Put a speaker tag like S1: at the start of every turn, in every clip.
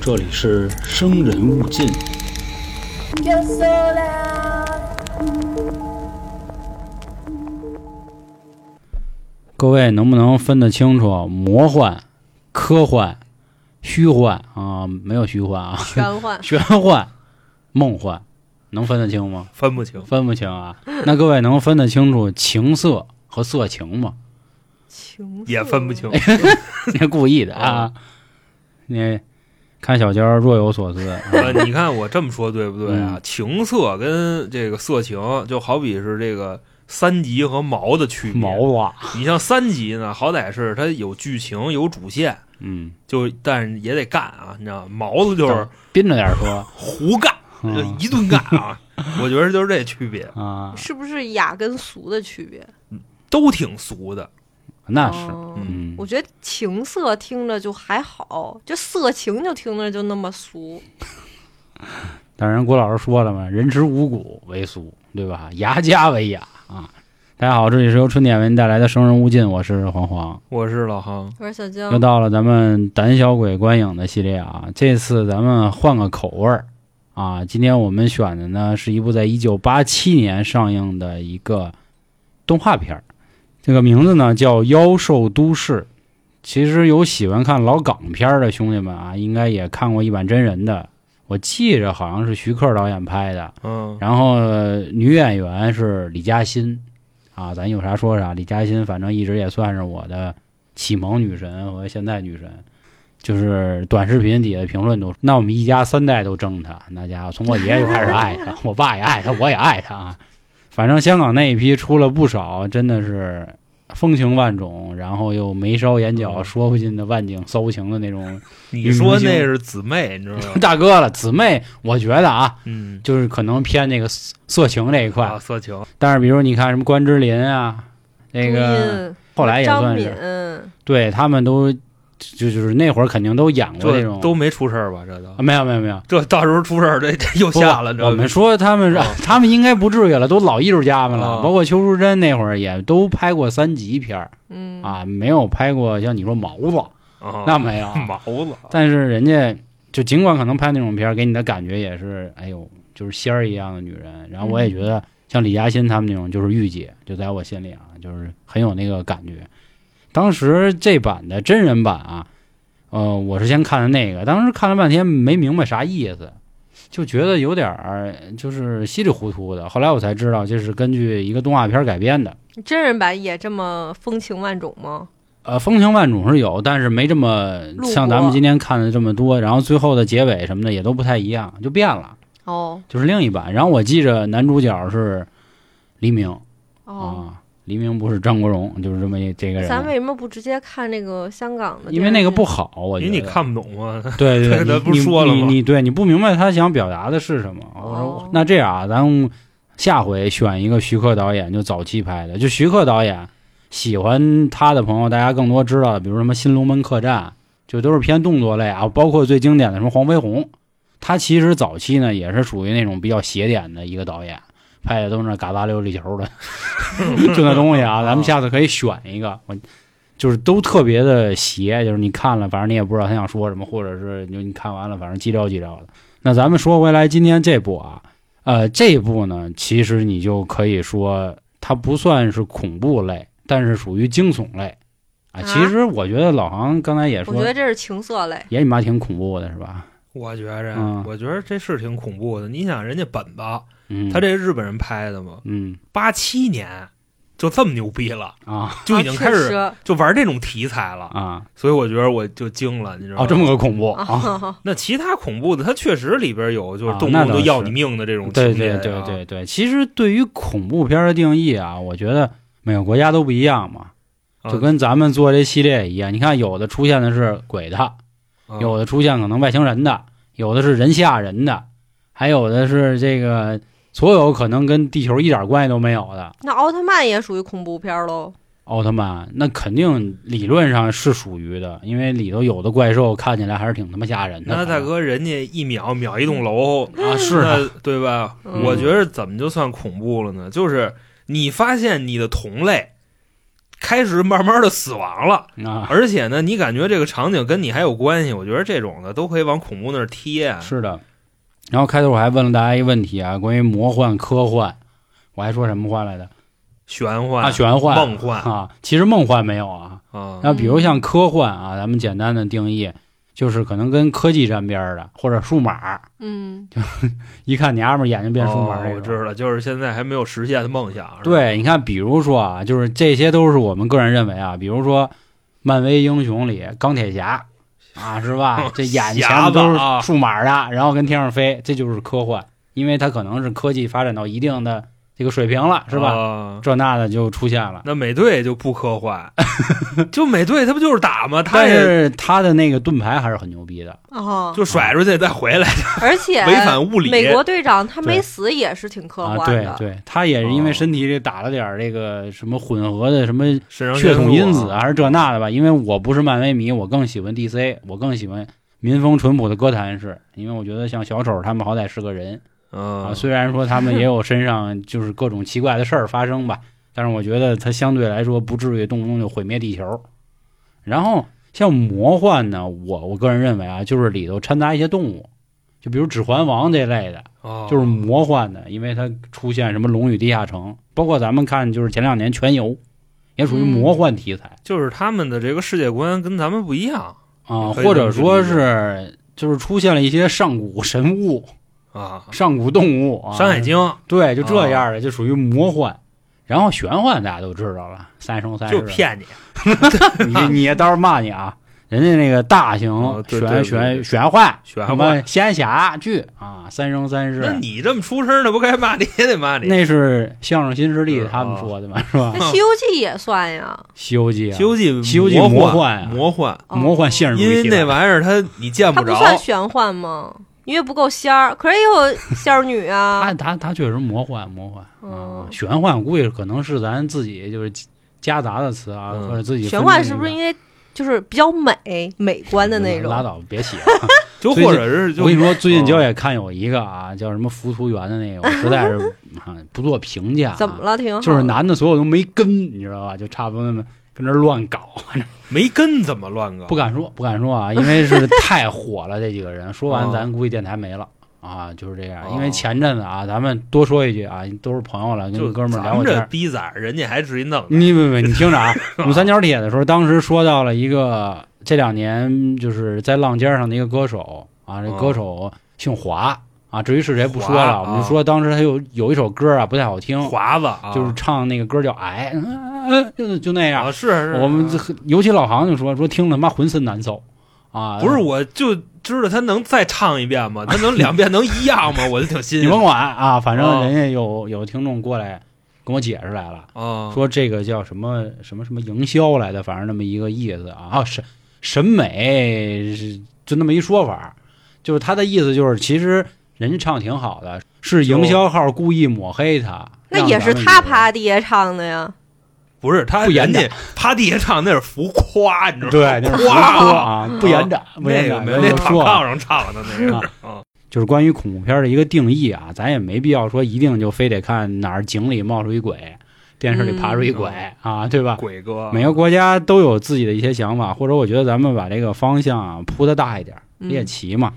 S1: 这里是生人勿近。
S2: Yo sola.
S1: 各位能不能分得清楚魔幻、科幻、虚幻啊、没有虚幻啊，
S3: 玄幻
S1: 玄幻、梦幻，能分得清吗？
S4: 分不清。
S1: 分不清啊。那各位能分得清楚情色和色情吗？
S3: 情
S4: 也分不清，
S1: 你故意的啊！你看小娇若有所思，啊
S4: 呃你看我这么说对不对啊
S1: 嗯？
S4: 情色跟这个色情，就好比是这个三级和毛的区别。
S1: 毛啊，
S4: 你像三级呢，好歹是它有剧情、有主线，
S1: 嗯，
S4: 就但也得干啊，你知道吗？毛子就是
S1: 憋着点说
S4: 胡干，
S1: 嗯
S4: 就一顿干 啊。我觉得就是这区别，
S1: 啊，
S3: 是不是雅跟俗的区别？
S4: 都挺俗的。
S1: 那是，
S3: 哦
S1: 嗯，
S3: 我觉得情色听着就还好，就色情就听着就那么俗。
S1: 但人郭老师说了嘛，人吃五谷为俗，对吧？牙家为雅啊。大家好，这里是由春点为您带来的《生人勿近》，我是黄黄。
S4: 我是老航，
S3: 我说小
S1: 又
S3: 江，
S1: 到了咱们胆小鬼观影的系列啊，这次咱们换个口味儿啊。今天我们选的呢是一部在一九八七年上映的一个动画片儿，这个名字呢叫《妖兽都市》。其实有喜欢看老港片儿的兄弟们啊，应该也看过一版真人的，我记着好像是徐克导演拍的，
S4: 嗯，
S1: 然后、呃女演员是李嘉欣，啊，咱有啥说啥。李嘉欣反正一直也算是我的启蒙女神和现在女神，就是短视频底下评论都，那我们一家三代都争她，那家伙从我爷爷就开始爱 她，我爸也爱她，我也爱她啊。反正香港那一批出了不少，真的是风情万种，然后又眉梢眼角
S4: 嗯
S1: 说不尽的万景骚情的那种？
S4: 你说那是姊妹，你知道吗
S1: 大哥了。姊妹，我觉得啊，
S4: 嗯，
S1: 就是可能偏那个色色情这一块，
S4: 啊，色情，
S1: 但是比如你看什么关之琳啊，那个
S3: 朱茵
S1: 后来也
S3: 张
S1: 算
S3: 敏
S1: 是，对他们都就就是那会儿肯定都演过这
S4: 这
S1: 种，
S4: 都没出事儿吧？这都
S1: 啊、没有没有没有。
S4: 这到时候出事儿，这这又
S1: 不
S4: 下了，
S1: 我
S4: 这
S1: 们说他们是、
S4: 哦
S1: 他们应该不至于了，都老艺术家们了。
S4: 哦
S1: 包括邱淑贞那会儿也都拍过三级片儿
S3: 嗯，
S1: 啊，没有拍过像你说毛子
S4: 啊
S1: 那没有。
S4: 毛子，
S1: 但是人家就尽管可能拍那种片儿，给你的感觉也是，哎呦，就是仙儿一样的女人。然后我也觉得像李嘉欣他们那种就是御姐，就在我心里啊，就是很有那个感觉。当时这版的真人版啊，呃，我是先看的那个，当时看了半天没明白啥意思，就觉得有点儿就是稀里糊涂的。后来我才知道这是根据一个动画片改编的，
S3: 真人版也这么风情万种吗？
S1: 呃，风情万种是有，但是没这么
S3: 路
S1: 像
S3: 过
S1: 咱们今天看的这么多。然后最后的结尾什么的也都不太一样，就变了，
S3: 哦
S1: 就是另一版。然后我记着男主角是黎明
S3: 哦，
S1: 啊，黎明不是张国荣，就是这么一这个
S3: 咱
S1: 人。
S3: 为什么不直接看那个香港的？
S1: 因为那个不，好，我觉
S4: 因
S1: 得
S4: 为你看不懂啊。
S1: 对对
S4: 咱
S1: 对，
S4: 不
S1: 你
S4: 是说了
S1: 你
S4: 吗
S1: 你对你不明白他想表达的是什么。我说、
S3: 哦
S1: 那这样啊，咱们下回选一个徐克导演，就早期拍的，就徐克导演喜欢他的朋友，大家更多知道的，比如什么《新龙门客栈》，就都是偏动作类啊，包括最经典的什么黄飞鸿，他其实早期呢也是属于那种比较邪点的一个导演。拍的都是那嘎达溜里球 的，就那东西啊，咱们下次可以选一个，我就是都特别的邪，就是你看了，反正你也不知道他想说什么，或者是就你看完了，反正叽撩叽撩的。那咱们说回来，今天这部啊，呃，这部呢，其实你就可以说它不算是恐怖类，但是属于惊悚类啊。
S3: 啊
S1: 其实我觉得老航刚才也
S3: 我
S1: 说
S3: 觉，得这是情色类。
S1: 也你妈挺恐怖的是吧？
S4: 我觉着，
S1: 嗯
S4: 我觉得这是挺恐怖的。你想，人家本子，
S1: 嗯，
S4: 他这是日本人拍的嘛，
S1: 嗯
S4: 八七年就这么牛逼了，
S1: 啊
S4: 就已经
S3: 啊
S4: 开
S3: 确
S4: 始
S3: 实
S4: 就玩这种题材了，
S1: 啊
S4: 所以我觉得我就惊了，你知道吗？
S1: 哦，这么个恐怖啊。
S3: 啊，
S4: 那其他恐怖的，它确实里边有就是
S1: 啊
S4: 动不
S1: 那
S4: 动
S1: 倒
S4: 就要
S1: 是
S4: 你命的这 种
S1: 对
S4: 情节
S1: 对
S4: 啊
S1: 对对对，其实对于恐怖片的定义啊，我觉得每个国家都不一样嘛，
S4: 啊
S1: 就跟咱们做这系列一样。你看，有的出现的是鬼的，
S4: 啊
S1: 有的出现可能外星人的，有的是人吓人的，还有的是这个所有可能跟地球一点关系都没有的
S3: 那奥特曼也属于恐怖片喽。
S1: 奥特曼，那肯定理论上是属于的，因为里头有的怪兽看起来还是挺他妈吓人的。
S4: 那大哥，人家一秒秒一栋楼
S1: 啊，是啊
S4: 那对吧？
S3: 嗯
S4: 我觉得怎么就算恐怖了呢？就是你发现你的同类开始慢慢的死亡了，
S1: 啊，
S4: 而且呢，你感觉这个场景跟你还有关系，我觉得这种的都可以往恐怖那儿贴啊。
S1: 是的。然后开头我还问了大家一个问题啊，关于魔幻、科幻，我还说什么幻来的？
S4: 玄幻
S1: 啊，玄幻、
S4: 梦幻
S1: 啊。其实梦幻没有啊。
S4: 啊，
S1: 那比如像科幻啊，咱们简单的定义就是可能跟科技沾边儿的，或者数码，
S3: 嗯，
S1: 一看娘们儿眼睛变数码
S4: 哦
S1: 这种。
S4: 我知道了，就是现在还没有实现的梦想。是吧，
S1: 对，你看，比如说啊，就是这些都是我们个人认为啊，比如说漫威英雄里钢铁侠啊，是吧？这眼睛
S4: 匣子
S1: 都
S4: 哦啊
S1: 是数码的，然后跟天上飞，这就是科幻，因为它可能是科技发展到一定的这个水平了，是吧？
S4: 啊
S1: 这那的就出现了。
S4: 那美队就不 科幻，就美队他不就是打吗？他
S1: 但
S4: 也
S1: 是他的那个盾牌还是很牛逼的，
S3: 哦，
S4: 就甩出去再回来，
S3: 而且
S4: 违反物理。
S3: 美国队长他没
S1: 对
S3: 死也是挺科
S1: 啊，
S3: 幻
S1: 对
S3: 的，
S1: 对，他也是因为
S4: 哦
S1: 身体里打了点儿这个什么混合的什么
S4: 肾上
S1: 血
S4: 腺素
S1: 统
S4: 啊
S1: 因子啊还是这那的吧，因为我不是漫威迷，我更喜欢 DC，我更喜欢民风淳朴的哥谭市，因为我觉得像小丑他们好歹是个人啊，
S4: 嗯，
S1: 虽然说他们也有身上 就是各种奇怪的事儿发生吧，但是我觉得它相对来说不至于动不动就毁灭地球。然后像魔幻呢，我我个人认为啊，就是里头掺杂一些动物，就比如《指环王》这类的，
S4: 哦
S1: 就是魔幻的，因为它出现什么《龙与地下城》，包括咱们看就是前两年《全游》，也属于魔幻题材
S4: 就是他们的这个世界观跟咱们不一样
S1: 啊、
S4: 可以
S1: 或者说
S4: 这
S1: 是就是出现了一些上古神物、
S4: 啊，
S1: 上古动物，啊
S4: 《山海经》哦
S1: 对，就这样的，就属于魔幻。然后玄幻大家都知道了，三生三世
S4: 就骗你，
S1: 你，你也倒是骂你啊，人家那个大型
S4: 哦对对
S1: 玄
S4: 对
S1: 玄
S4: 对
S1: 玄幻，
S4: 玄
S1: 什么
S4: 幻
S1: 仙侠剧啊，三生三世
S4: 那，你这么出声儿，那不该骂你 也得骂你。
S1: 那是相声新势力
S4: 是
S1: 他们
S4: 哦
S1: 说的嘛，是 吧？
S3: 那《西游记》也算呀，
S1: 西游记啊，
S4: 《西游记》
S1: 西游记魔
S4: 魔
S1: 幻啊
S4: 魔幻，
S3: 哦
S1: 魔幻现实主
S4: 因
S1: 义
S4: 为
S1: 题
S4: 那
S1: 材，
S4: 玩意儿它你见
S3: 它
S4: 不
S3: 不
S4: 着，
S3: 算玄幻吗？因为不够仙儿，可是也有仙儿女啊
S1: 他。他他确实魔幻魔幻啊
S3: 嗯，
S1: 玄幻估计可能是咱自己就是夹杂的词啊，
S4: 嗯
S1: 或者自己
S3: 玄幻是不是因为就是比较美美观的那种？
S1: 拉倒，别 写了。
S4: 就或者是
S1: 我
S4: 就
S1: 跟你说，最
S4: 哦
S1: 近焦也看有一个啊，叫什么《浮屠缘》的那个，我实在是 啊不做评价啊，
S3: 怎么了？挺好。
S1: 就是男的所有都没跟，你知道吧？就差不多那么跟这乱搞，
S4: 没根怎么乱搞？
S1: 不敢说，不敢说啊，因为是太火了，这几个人说完，
S4: 哦
S1: 咱估计电台没了。啊，就是这样，
S4: 哦
S1: 因为前阵子啊，咱们多说一句啊，都是朋友了，
S4: 就
S1: 跟哥们儿
S4: 咱
S1: 聊过
S4: 们
S1: 天
S4: 这
S1: 儿。
S4: 逼崽儿，人家还至于弄的
S1: 你不不，你听着 啊，我们三角铁的时候，当时说到了一个这两年就是在浪尖上的一个歌手啊，这
S4: 哦
S1: 歌手姓华啊，至于是谁不说了，
S4: 华啊
S1: 我们就说当时他有有一首歌啊不太好听，
S4: 华子啊，
S1: 就是唱那个歌叫《癌》啊，就就那样。
S4: 啊是是，
S1: 我们这
S4: 啊
S1: 尤其老航就说说听了妈浑身难受啊，
S4: 不是我就知道他能再唱一遍 吗？他能两遍能一样吗？我就挺
S1: 你
S4: 新鲜
S1: 甭管啊，反正
S4: 哦
S1: 人家有有听众过来跟我解释来了。
S4: 啊，
S1: 说这个叫什么什么什么营销来的，反正那么一个意思啊，啊审审美是就那么一说法，就是他的意思就是，其实人家唱挺好的，是营销号故意抹黑他，
S3: 那
S1: 让
S3: 也
S1: 咱
S3: 是
S1: 们
S3: 他
S1: 以为
S3: 趴爹唱的呀。
S4: 不是他
S1: 不严
S4: 人
S1: 的
S4: 家趴地下唱那是浮夸，你知道吗？
S1: 对，那是
S4: 哇
S1: 胡说啊，不延展，不
S4: 那
S1: 延
S4: 个
S1: 展，
S4: 没有
S1: 那
S4: 那
S1: 就
S4: 躺
S1: 说啊
S4: 炕上唱的那个啊，
S1: 就是关于恐怖片的一个定义啊，咱也没必要说一定就非得看哪儿井里冒出一鬼，电视里爬出一鬼、啊，对吧？
S4: 嗯鬼哥
S1: 每个国家都有自己的一些想法，或者我觉得咱们把这个方向啊铺的大一点，
S3: 嗯
S1: 猎奇嘛。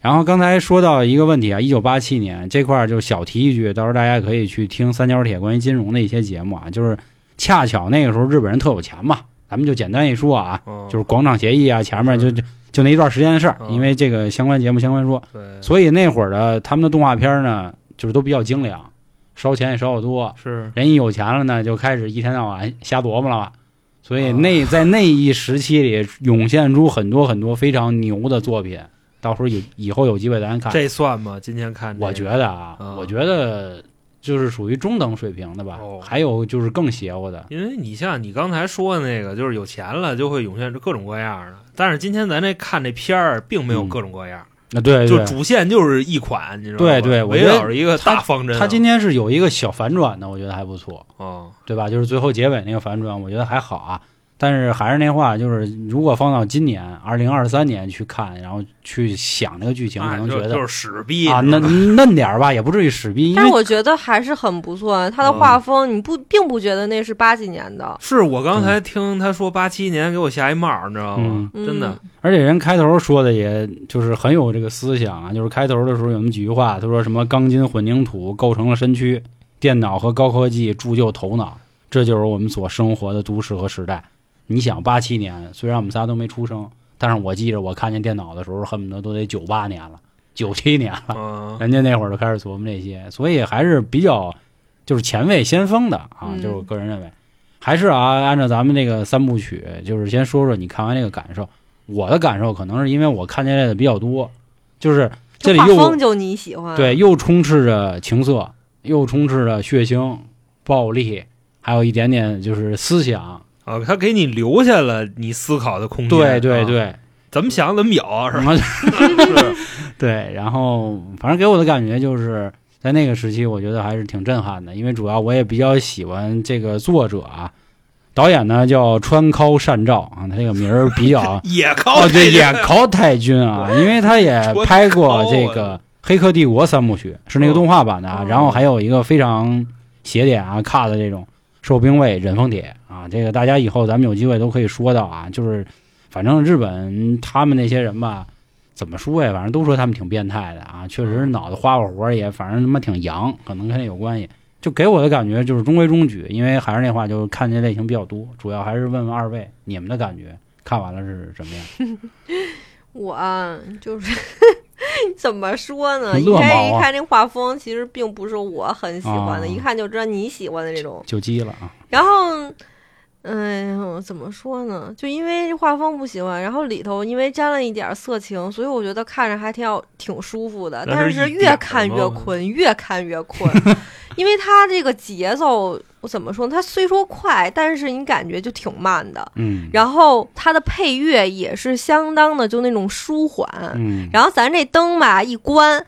S1: 然后刚才说到一个问题啊，一九八七年这块儿就小提一句，到时候大家可以去听三角铁关于金融的一些节目啊，就是恰巧那个时候日本人特有钱嘛，咱们就简单一说啊，
S4: 嗯
S1: 就是广场协议啊，前面就就就那一段时间的事儿，
S4: 嗯
S1: 因为这个相关节目相关说，
S4: 对
S1: 所以那会儿的他们的动画片呢，就是都比较精良，烧钱也烧得多，
S4: 是
S1: 人一有钱了呢，就开始一天到晚瞎琢磨了吧。所
S4: 啊
S1: 以那在那一时期里，涌现出很多很多非常牛的作品。到时候以以后有机会咱看，
S4: 这算吗？今天看这个
S1: 我觉得啊，
S4: 嗯
S1: 我觉得就是属于中等水平的吧。
S4: 哦
S1: 还有就是更邪乎的，
S4: 因为你像你刚才说的那个，就是有钱了就会涌现出各种各样的。但是今天咱这看这片儿，并没有各种各样，
S1: 那嗯对
S4: 就
S1: 对，
S4: 主线就是一款，你知道吗？
S1: 对对我
S4: 围
S1: 觉得
S4: 绕着一个大方针啊。
S1: 他今天是有一个小反转的，我觉得还不错，
S4: 哦
S1: 对吧？就是最后结尾那个反转，我觉得还好啊。但是还是那话，就是如果放到今年二零二三年去看，然后去想这个剧情，可
S4: 哎
S1: 能觉
S4: 就
S1: 得、
S4: 就是屎逼
S1: 啊
S4: 你知道吗
S1: 嫩嫩点儿吧，也不至于屎逼，因
S3: 但
S1: 为
S3: 是我觉得还是很不错，啊他的画风你不并不觉得那是八几年的，
S4: 是我刚
S1: 嗯
S4: 才听他说八七年给我吓一帽儿，你知道吗？
S3: 嗯
S4: 真的，
S1: 而且人开头说的也就是很有这个思想啊，就是开头的时候有那么几句话，他说什么钢筋混凝土构成了身躯，电脑和高科技铸就头脑，这就是我们所生活的都市和时代。你想，八七年虽然我们仨都没出生，但是我记着我看见电脑的时候，恨不得都得九八年了，九七年了，
S4: 嗯，
S1: 人家那会儿就开始琢磨这些，所以还是比较就是前卫先锋的啊，
S3: 嗯
S1: 就是我个人认为，还是啊，按照咱们这个三部曲，就是先说说你看完这个感受。我的感受可能是因为我看见的比较多，就是这里
S3: 画
S1: 又
S3: 风就你喜欢，
S1: 对又充斥着情色，又充斥着血腥、暴力，还有一点点就是思想。
S4: 啊，他给你留下了你思考的空间，
S1: 对对
S4: 啊，
S1: 对，
S4: 怎么想怎么有，是
S1: 嗯
S4: 吧？
S1: 对，然后反正给我的感觉就是在那个时期，我觉得还是挺震撼的，因为主要我也比较喜欢这个作者啊，导演呢叫川尻善照啊，他这个名儿比较
S4: 也靠
S1: 哦对，也靠太君啊，因为他也拍过这
S4: 川尻
S1: 个《
S4: 啊
S1: 黑客帝国》三部曲，是那个
S4: 嗯
S1: 动画版的啊，
S3: 哦
S1: 然后还有一个非常邪典啊、卡的这种《兽兵卫忍风帖》啊，这个大家以后咱们有机会都可以说到啊，就是反正日本他们那些人吧。怎么说呀？反正都说他们挺变态的啊，确实脑子花花活儿也，反正他妈挺洋，可能跟这有关系。就给我的感觉就是中规中矩，因为还是那话，就是看这类型比较多，主要还是问问二位你们的感觉，看完了是什么样？
S3: 我啊就是 怎么说
S1: 乐
S3: 呢？一
S1: 毛啊
S3: 开始一看这画风，其实并不是我很喜欢
S1: 啊
S3: 的，一看就知道你喜欢的这种。
S1: 就鸡了啊，
S3: 然后，嗯、呦，怎么说呢？就因为画风不喜欢，然后里头因为沾了一点色情，所以我觉得看着还挺好，挺舒服的。
S4: 但
S3: 但
S4: 是
S3: 是
S4: 一点
S3: 越
S4: 儿
S3: 看越
S4: 嘛
S3: 困，越看 越困，因为它这个节奏，我怎么说呢？它虽说快，但是你感觉就挺慢的。
S1: 嗯，
S3: 然后它的配乐也是相当的，就那种舒缓。
S1: 嗯，
S3: 然后咱这灯吧一关，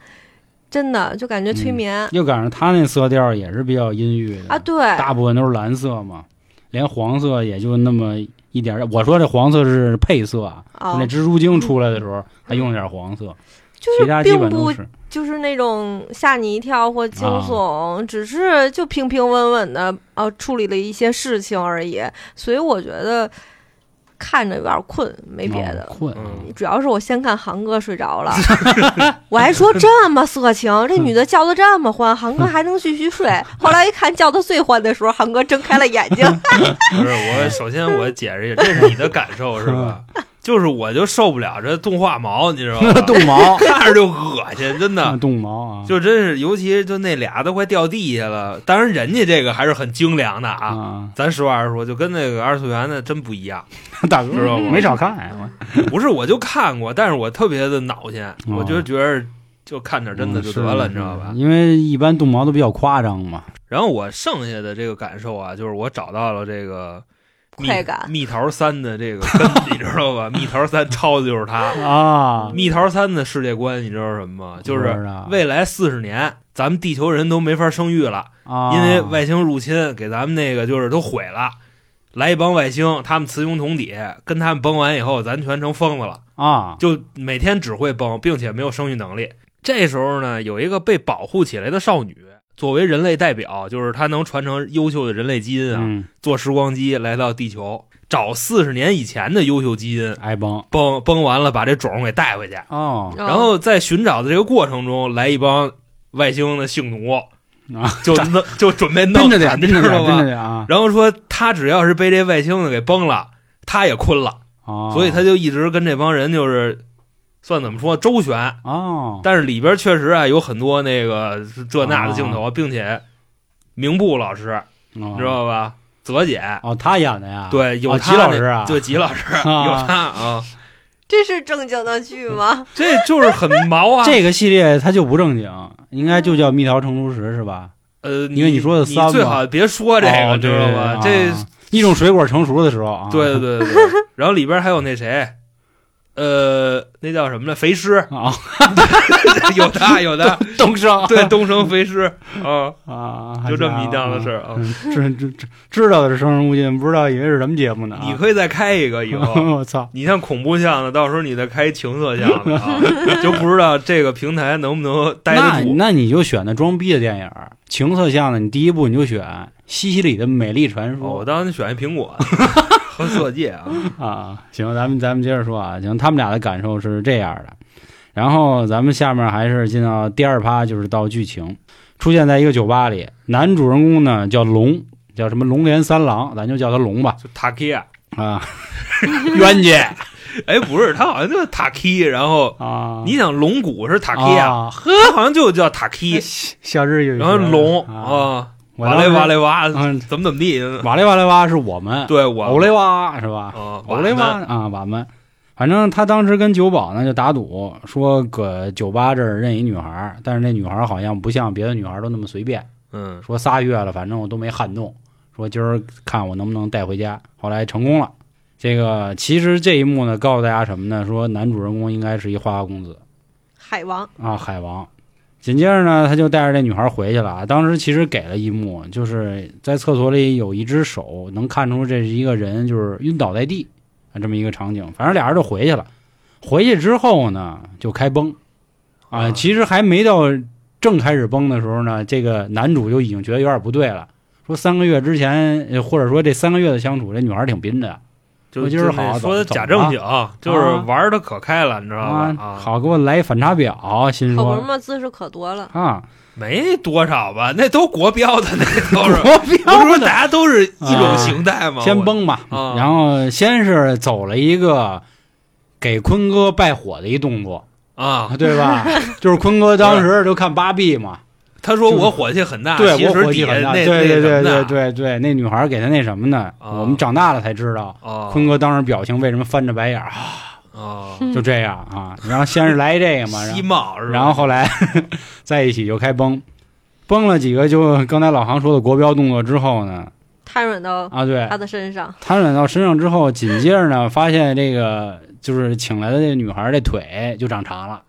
S3: 真的就感觉催
S1: 嗯
S3: 眠、
S1: 又赶上他那色调也是比较阴郁的
S3: 啊！对，
S1: 大部分都是蓝色嘛，连黄色也就那么一点儿。我说这黄色是配色啊，
S3: 啊
S1: 那蜘蛛精出来的时候还用了点黄
S3: 嗯
S1: 色，
S3: 就
S1: 其他
S3: 是
S1: 基
S3: 并
S1: 本都
S3: 不
S1: 是
S3: 就是那种吓你一跳或惊悚，
S4: 啊
S3: 只是就平平稳稳的呃处理了一些事情而已，所以我觉得看着有点困，没别的。
S1: 哦 困啊，
S4: 嗯
S3: 主要是我先看韩哥睡 着了，我还说这么色情，这女的叫的这么欢，韩哥还能继续睡。后来一看叫的最欢的时候，韩哥睁开了眼睛，
S4: 不是我，首先我解释一下，这是你的感受是吧？就是我就受不了这动画毛，你知道吗？
S1: 动毛，
S4: 看着就恶心，真的。
S1: 动毛啊，
S4: 就真是，尤其就那俩都快掉地下了。当然，人家这个还是很精良的啊。
S1: 啊，
S4: 咱实话实说，就跟那个二次元的真不一样。
S1: 大
S4: 知道
S1: 哥
S4: 吗
S1: 没少看啊，
S4: 不是，我就看过，但是我特别的恼心，我就觉得就看点真的就得了，
S1: 哦嗯
S4: 你知道吧？
S1: 是因为一般动毛都比较夸张嘛，
S4: 然后我剩下的这个感受啊，就是我找到了这个蜜
S3: 快感
S4: 蜜桃三的这个根，你知道 吧？蜜桃三抄的就是它。
S1: 啊，
S4: 蜜桃三的世界观你知道是什么吗？就
S1: 不
S4: 是
S1: 知道
S4: 未来四十年，咱们地球人都没法生育了，
S1: 啊，
S4: 因为外星入侵给咱们那个就是都毁了。来一帮外星，他们雌雄同体，跟他们崩完以后，咱全成疯子了，
S1: 啊，
S4: 就每天只会崩，并且没有生育能力。这时候呢，有一个被保护起来的少女，作为人类代表，就是她能传承优秀的人类基因啊，
S1: 嗯，
S4: 坐时光机来到地球，找四十年以前的优秀基因，
S1: 挨帮
S4: 崩崩完了把这种给带回去。
S1: 哦，
S4: 然后在寻找的这个过程中，来一帮外星的性奴，
S1: 啊，
S4: 就 弄就准备
S1: 跟
S4: 弄
S1: 着点，
S4: 他
S1: 跟着
S4: 知
S1: 点，
S4: 道
S1: 跟着
S4: 吧？
S1: 点啊，
S4: 然后说他只要是被这外星的给崩了，他也困了，
S1: 哦
S4: 所以他就一直跟这帮人就是算怎么说周旋。
S1: 哦，
S4: 但是里边确实啊有很多那个这那的镜头，
S1: 啊
S4: 并且明步老师
S1: 你
S4: 知道吧？泽姐
S1: 哦，他演的呀，
S4: 对有
S1: 哦
S4: 他
S1: 吉老
S4: 那
S1: 师啊
S4: 对吉老师有
S1: 啊，
S4: 他啊，
S3: 这是正经的 剧吗？
S4: 这就是很毛啊。
S1: 这个系列它就不正经，应该就叫《蜜桃成熟时》是吧？
S4: 呃，
S1: 因为你说的三嘛
S4: 你最好别说这个，
S1: 哦
S4: 知道吧？
S1: 对啊
S4: 这
S1: 对对啊一种水果成熟的时候啊，
S4: 对对对对。然后里边还有那谁，呃，那叫什么呢？肥狮
S1: 啊，
S4: 有他有 他，
S1: 东 升
S4: 对，东升肥狮啊，
S1: 啊，
S4: 就这么一档子事儿啊。
S1: 嗯。知知知知道的是《生人勿近》，不知道以为是什么节目呢啊？
S4: 你可以再开一个以后，
S1: 我操！
S4: 你像恐怖向的，到时候你再开情色向的 啊，就不知道这个平台能不能待
S1: 那
S4: 得住。
S1: 那你就选那装逼的电影儿，情色向的，你第一部你就选《西西里的美丽传
S4: 哦我
S1: 说
S4: 当时选一苹 果和色戒啊，》
S1: 啊。行，咱们咱们接着说啊。行，他们俩的感受是这样的。然后咱们下面还是进到第二趴，就是到剧情，出现在一个酒吧里。男主人公呢叫龙，叫什么龙连三郎，咱就叫他龙吧
S4: 就塔 K 啊，
S1: 啊，冤家
S4: 哎，不是，他好像就是塔 K，然后
S1: 啊，
S4: 你想龙骨是塔 K 啊，
S1: 啊，哎呵，
S4: 他好像就叫塔 K，
S1: 小日语，
S4: 然后龙
S1: 啊，
S4: 啊，
S1: 我
S4: 哇嘞哇
S1: 嘞，
S4: 嘞哇，
S1: 嗯，
S4: 怎么怎么地，
S1: 瓦雷瓦雷哇是我们，
S4: 对我
S1: 欧雷哇是吧？
S4: 啊，
S1: 欧雷哇
S4: 哇，
S1: 啊，瓦们，反正他当时跟酒保呢就打赌，说搁酒吧这儿认一女孩儿，但是那女孩儿好像不像别的女孩儿都那么随便，
S4: 嗯，
S1: 说仨月了，反正我都没撼动，说今儿看我能不能带回家。后来成功了。这个其实这一幕呢，告诉大家什么呢？说男主人公应该是一花花公子，
S3: 海王
S1: 啊，海王。紧接着呢，他就带着这女孩回去了啊。当时其实给了一幕，就是在厕所里有一只手，能看出这是一个人，就是晕倒在地啊，这么一个场景。反正俩人就回去了。回去之后呢，就开崩啊。
S4: 啊
S1: 其实还没到正开始崩的时候呢，这个男主就已经觉得有点不对了，说三个月之前，呃或者说这三个月的相处，这女孩挺斌的
S4: 就
S1: 我今儿
S4: 就
S1: 好
S4: 那说的
S1: 怎么
S4: 假
S1: 怎么
S4: 正经，就是
S1: 啊
S4: 玩的可开了，你知道吧？啊，
S1: 好给我来一反差表，
S4: 嗯
S1: 心
S3: 可不是
S1: 说
S3: 哦嘛，姿势可多了。
S1: 啊，
S4: 没多少吧，那都国标的， 那都是，
S1: 我
S4: 不是
S1: 彪
S4: 说大家都是一种形态吗？
S1: 先崩吧，
S4: 啊
S1: 然后先是走了一个给坤哥拜火的一动作，
S4: 我啊！
S1: 对 吧？就是坤哥当时就看八 B 嘛，
S4: 他说我火气很大，
S1: 对
S4: 其
S1: 我
S4: 实
S1: 火
S4: 啊底
S1: 气
S4: 下
S1: 很大，
S4: 那
S1: 对对对
S4: 那什么
S1: 对
S4: 的
S1: 对对，那女孩给他那什么呢？
S4: 啊
S1: 我们长大了才知道，
S4: 哦
S1: 坤哥当时表情为什么翻着白眼儿，啊
S4: 哦，
S3: 嗯
S1: 就这样啊。然后先是来这个嘛， 然后
S4: 西帽是吧？
S1: 然后后来 在一起就开崩，崩了几个就刚才老航说的国标动作之后呢，
S3: 瘫软到
S1: 啊对，
S3: 他的身上，
S1: 瘫软到身上之后，紧接着呢，发现这个就是请来的这女孩儿这腿就长长了，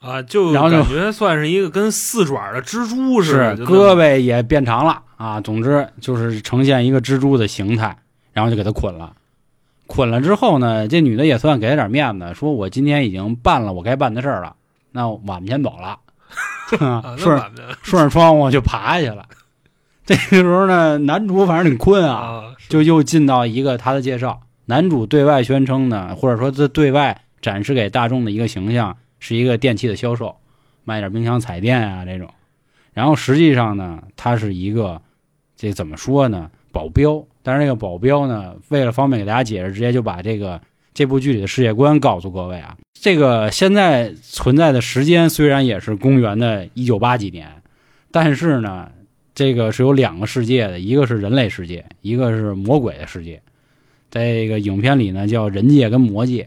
S4: 啊，就
S1: 然后就
S4: 感觉算是一个跟四爪的蜘蛛似的，就那
S1: 胳
S4: 么
S1: 膊也变长了啊。总之就是呈现一个蜘蛛的形态，然后就给她捆了。捆了之后呢，这女的也算给她点面子，说我今天已经办了我该办的事儿了，那我们先走了，
S4: 啊，那
S1: 顺
S4: 晚的
S1: 顺着窗户就爬下去了。这个时候呢，男主反正挺困啊，
S4: 啊，
S1: 就又进到一个他的介绍。男主对外宣称呢，或者说他对外展示给大众的一个形象，是一个电器的销售，卖点冰箱、彩电啊这种。然后实际上呢，他是一个这怎么说呢，保镖。但是这个保镖呢，为了方便给大家解释，直接就把这个这部剧里的世界观告诉各位啊。这个现在存在的时间虽然也是公元的一九八几年，但是呢，这个是有两个世界的，一个是人类世界，一个是魔鬼的世界。在这个影片里呢，叫人界跟魔界，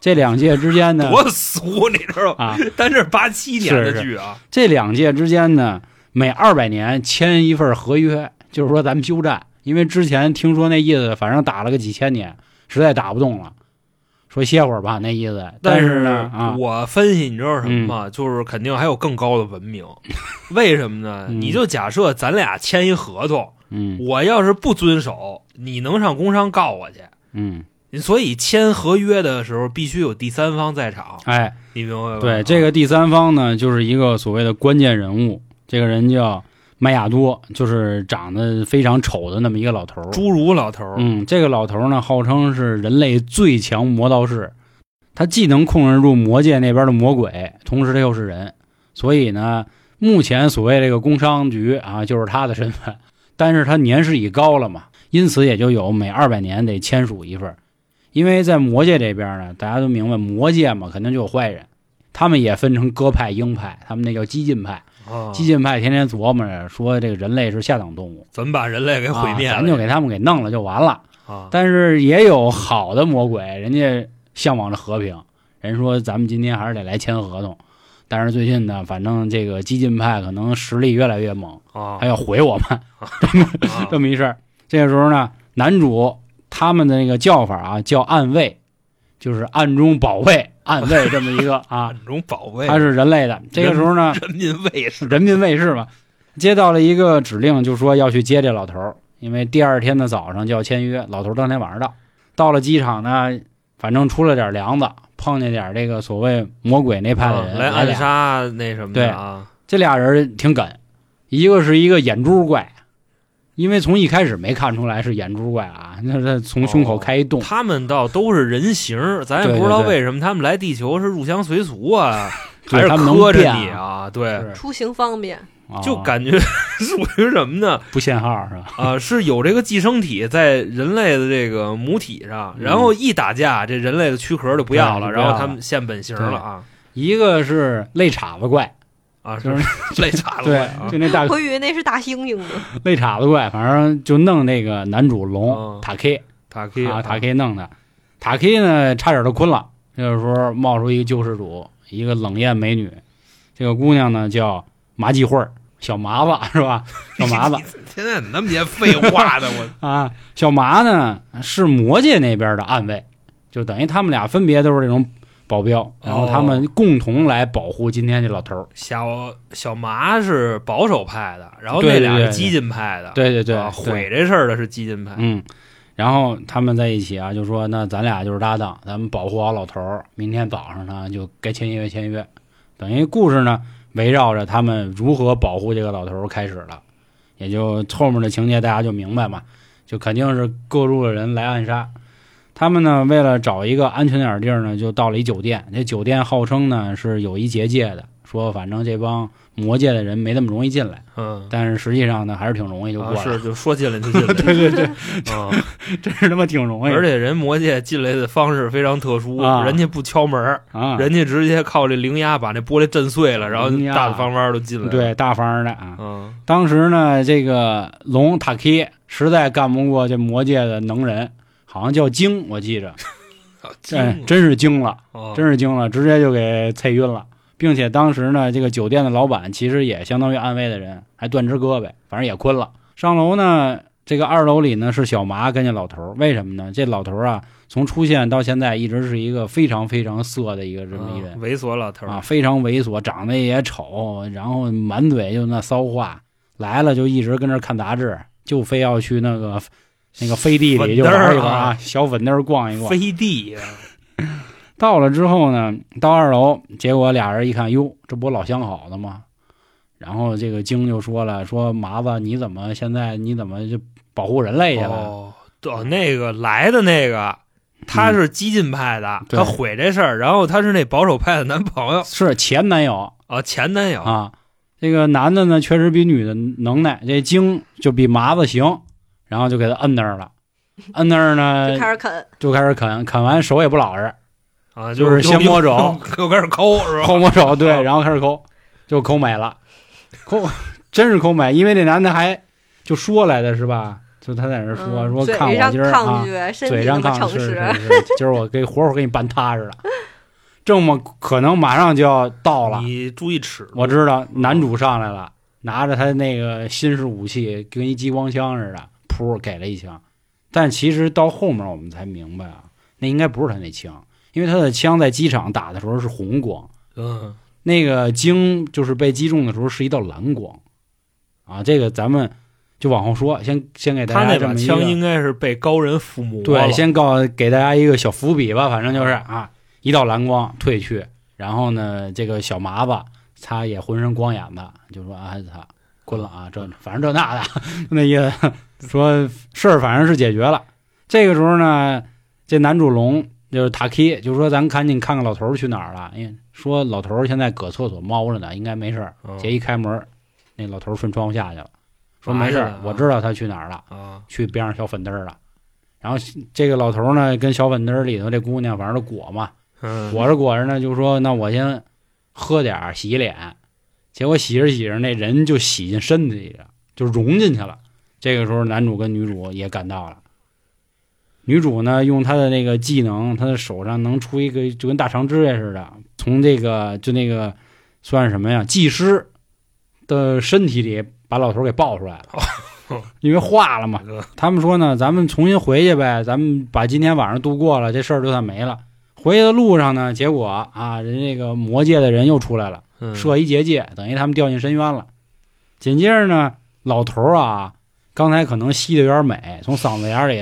S1: 这两界之间呢，
S4: 多俗，你知道吗？
S1: 啊，
S4: 但这是八七年
S1: 是
S4: 的
S1: 是
S4: 剧啊，
S1: 这两界之间呢，每二百年签一份合约，就是说咱们休战，因为之前听说那意思，反正打了个几千年，实在打不动了，说歇会儿吧，那意思。但
S4: 是
S1: 呢，啊，嗯
S4: 我分析你知道什么吗？就是肯定还有更高的文 明，为什么呢？
S1: 嗯
S4: 你就假设咱俩签一合同，
S1: 嗯
S4: 我要是不遵守，你能上工商告我去。
S1: 嗯，
S4: 所以签合约的时候必须有第三方在场，
S1: 哎，
S4: 你明白吧？
S1: 对，这个第三方呢，就是一个所谓的关键人物，这个人叫麦亚多，就是长得非常丑的那么一个老头儿。
S4: 侏儒啊老头儿，
S1: 嗯，这个老头儿呢，号称是人类最强魔道士，他既能控制住魔界那边的魔鬼，同时他又是人，所以呢，目前所谓这个工商局啊，就是他的身份。 但是他年事已高了嘛，因此也就有每二百年得签署一份儿。因为在魔界这边呢，大家都明白，魔界嘛，肯定就有坏人，他们也分成鸽派、鹰派，他们那叫激进派。
S4: 啊
S1: 激进派天天琢磨着说，这个人类是下等动物，
S4: 怎么把人类给毁灭
S1: 啊，咱就
S4: 了
S1: 给他们给弄了就完了。
S4: 啊？
S1: 但是也有好的魔鬼，人家向往着和平，人说咱们今天还是得来签合同。但是最近呢，反正这个激进派可能实力越来越猛，
S4: 啊
S1: 还要毁我们
S4: 啊
S1: 这么一事儿。这个时候呢，男主他们的那个叫法啊叫暗卫，就是暗中保卫、暗卫这么一 个啊，
S4: 暗中保卫
S1: 他是人类的。这个时候呢，
S4: 人民卫士，
S1: 人民卫士嘛，接到了一个指令，就说要去接这老头儿，因为第二天的早上就要签约，老头儿当天晚上到。到了机场呢，反正出了点梁子，碰见点这个所谓魔鬼那派的人、
S4: 啊来
S1: 俩
S4: 暗杀那什么的啊，
S1: 这俩人挺梗，一个是一个眼珠怪，因为从一开始没看出来是眼珠怪啊，那是从胸口开一洞，
S4: 他们倒都是人形儿，咱也
S1: 对
S4: 不知道
S1: 对对
S4: 为什么他们来地球是入乡随俗啊，还
S1: 对
S4: 是
S1: 他们能
S4: 磕着
S1: 变
S4: 你啊？对，
S1: 是
S3: 出行方便，
S1: 啊
S4: 就感觉 属于什么呢？
S1: 不限号是吧？
S4: 啊，是有这个寄生体在人类的这个母体上，然后一打架，这人类的躯壳就不要
S1: 嗯对
S4: 了，
S1: 就不要
S4: 然
S1: 了
S4: 后他们现本形了啊
S1: 一个是肋叉子怪，
S4: 啊，
S1: 就是
S4: 累岔了
S1: 对
S4: 快，啊
S1: 就那 大
S3: 我以为那是大猩猩呢。
S1: 肋叉子怪，反正就弄那个男主龙
S4: 嗯
S1: 塔 K
S4: 塔 K
S1: 啊，塔 K 弄的，塔 K 呢差点都昏了。这个时候冒出一个救世主，一个冷艳美女，这个姑娘呢叫麻纪惠儿，小麻子是吧？小麻 子，
S4: 现在怎么那么些废话呢？我
S1: 啊，小麻呢是魔界那边的暗卫，就等于他们俩分别都是这种保镖，然后他们共同来保护今天这老头儿。
S4: 小小麻是保守派的，然后
S1: 对
S4: 那
S1: 对
S4: 俩
S1: 对
S4: 是
S1: 对
S4: 激进派的，
S1: 对对对，
S4: 啊，
S1: 对
S4: 毁这事儿的是激进派，
S1: 嗯，然后他们在一起啊，就说那咱俩就是搭档，咱们保护好老头儿。明天早上呢就该签约签约。等于故事呢围绕着他们如何保护这个老头儿开始了，也就后面的情节大家就明白嘛，就肯定是各路的人来暗杀。他们呢为了找一个安全点儿地儿呢，就到了一酒店。这酒店号称呢是有一结界的，说反正这帮魔界的人没那么容易进来，
S4: 嗯，
S1: 但是实际上呢还是挺容易就过
S4: 啊
S1: 来了。
S4: 是就说进来就进来，对对对，啊，
S1: 真是他妈挺容易的，
S4: 而且人魔界进来的方式非常特殊，
S1: 啊
S4: 人家不敲门儿，
S1: 啊，
S4: 人家直接靠这灵压把那玻璃震碎了，然后
S1: 灵压
S4: 大大方方就进来了，
S1: 对，大方的啊。
S4: 嗯，
S1: 当时呢，这个龙塔 K 实在干不过这魔界的能人，好像叫精，我记着，哎，真是精了，
S4: 哦
S1: 真是精了，直接就给踩晕了。并且当时呢，这个酒店的老板其实也相当于安慰的人，还断只胳膊，反正也昏了。上楼呢，这个二楼里呢是小麻跟这老头儿，为什么呢？这老头儿啊，从出现到现在一直是一个非常非常色的一个这么一人
S4: 嗯，猥琐老头儿
S1: 啊，，非常猥琐，长得也丑，然后满嘴就那骚话，来了就一直跟那儿看杂志，就非要去那个那个飞地里就玩一玩
S4: 粉灯儿啊
S1: 啊，小粉灯儿逛一逛。
S4: 飞地，
S1: 到了之后呢，到二楼，结果俩人一看，哟，这不老相好的吗？然后这个京就说了，说麻子你怎么现在你怎么就保护人类去了？
S4: 哦，对哦，那个来的那个。他是激进派的，
S1: 嗯对
S4: 他毁这事儿，然后他是那保守派的男朋友
S1: 是前男友
S4: 啊，前男友，
S1: 啊。这个男的呢，确实比女的能耐，这精就比麻子行，然后就给他摁那儿了，摁那儿呢
S3: 就开始啃，
S1: 就开始啃，啃完手也不老实，
S4: 啊，
S1: 就是先摸手，
S4: 又开始抠是吧？
S1: 抠摸手，对，然后开始抠，就抠美了，抠真是抠美，因为这男的还就说来的是吧？就他在那儿说、
S3: 嗯
S1: 说
S3: 嘴
S1: 看我
S3: 上
S1: 今儿啊
S3: 抗，拒，身体
S1: 嘴
S3: 那
S1: 上
S3: 么
S1: 抗
S3: 诚
S1: 拒，是
S3: 实，啊
S1: 是是，今儿我给活活给你办踏实 了，这么可能马上就要到了，
S4: 你注意尺度，
S1: 我知道男主上来了，拿着他那个新式武器，跟一激光枪似的，噗给了一枪。但其实到后面我们才明白啊，那应该不是他那枪，因为他的枪在机场打的时候是红光，
S4: 嗯，
S1: 那个鲸就是被击中的时候是一道蓝光，啊，这个咱们就往后说，先先给大
S4: 他
S1: 家
S4: 那
S1: 这
S4: 把
S1: 么一
S4: 枪
S1: 个
S4: 应该是被高人附魔了
S1: 对，先告给大家一个小伏笔吧，反正就是啊，一道蓝光退去，然后呢，这个小麻子他也浑身光眼子，就说啊，他困了啊，这反正这那的 那意思，说事儿反正是解决了。这个时候呢，这男主龙就是塔 K，就说咱赶紧看看老头儿去哪儿了，因为说老头儿现在搁厕所猫着呢，应该没事儿。
S4: 嗯
S1: 结一开门，那老头儿顺窗户下去了，说
S4: 麻
S1: 没事
S4: 去
S1: 儿
S4: 了，
S1: 我
S4: 啊
S1: 知道他去哪儿了。
S4: 啊，
S1: 去边上小粉灯儿了。然后这个老头儿呢，跟小粉灯儿里头这姑娘，反正都裹嘛，
S4: 嗯，
S1: 裹着裹着呢，就说那我先喝点儿洗脸。结果洗着洗着，那人就洗进身体里了，就融进去了。这个时候，男主跟女主也赶到了。女主呢，用她的那个技能，她的手上能出一个就跟大长枝也似的，从这个就那个算是什么呀，技师的身体里把老头儿给抱出来了，因为化了嘛。他们说呢，咱们重新回去呗，咱们把今天晚上度过了，这事儿就算没了。回去的路上呢，结果啊，人这个魔界的人又出来了，
S4: 嗯
S1: 设一结界，等于他们掉进深渊了。紧接着呢，老头儿啊，刚才可能吸的有点美，从嗓子眼儿里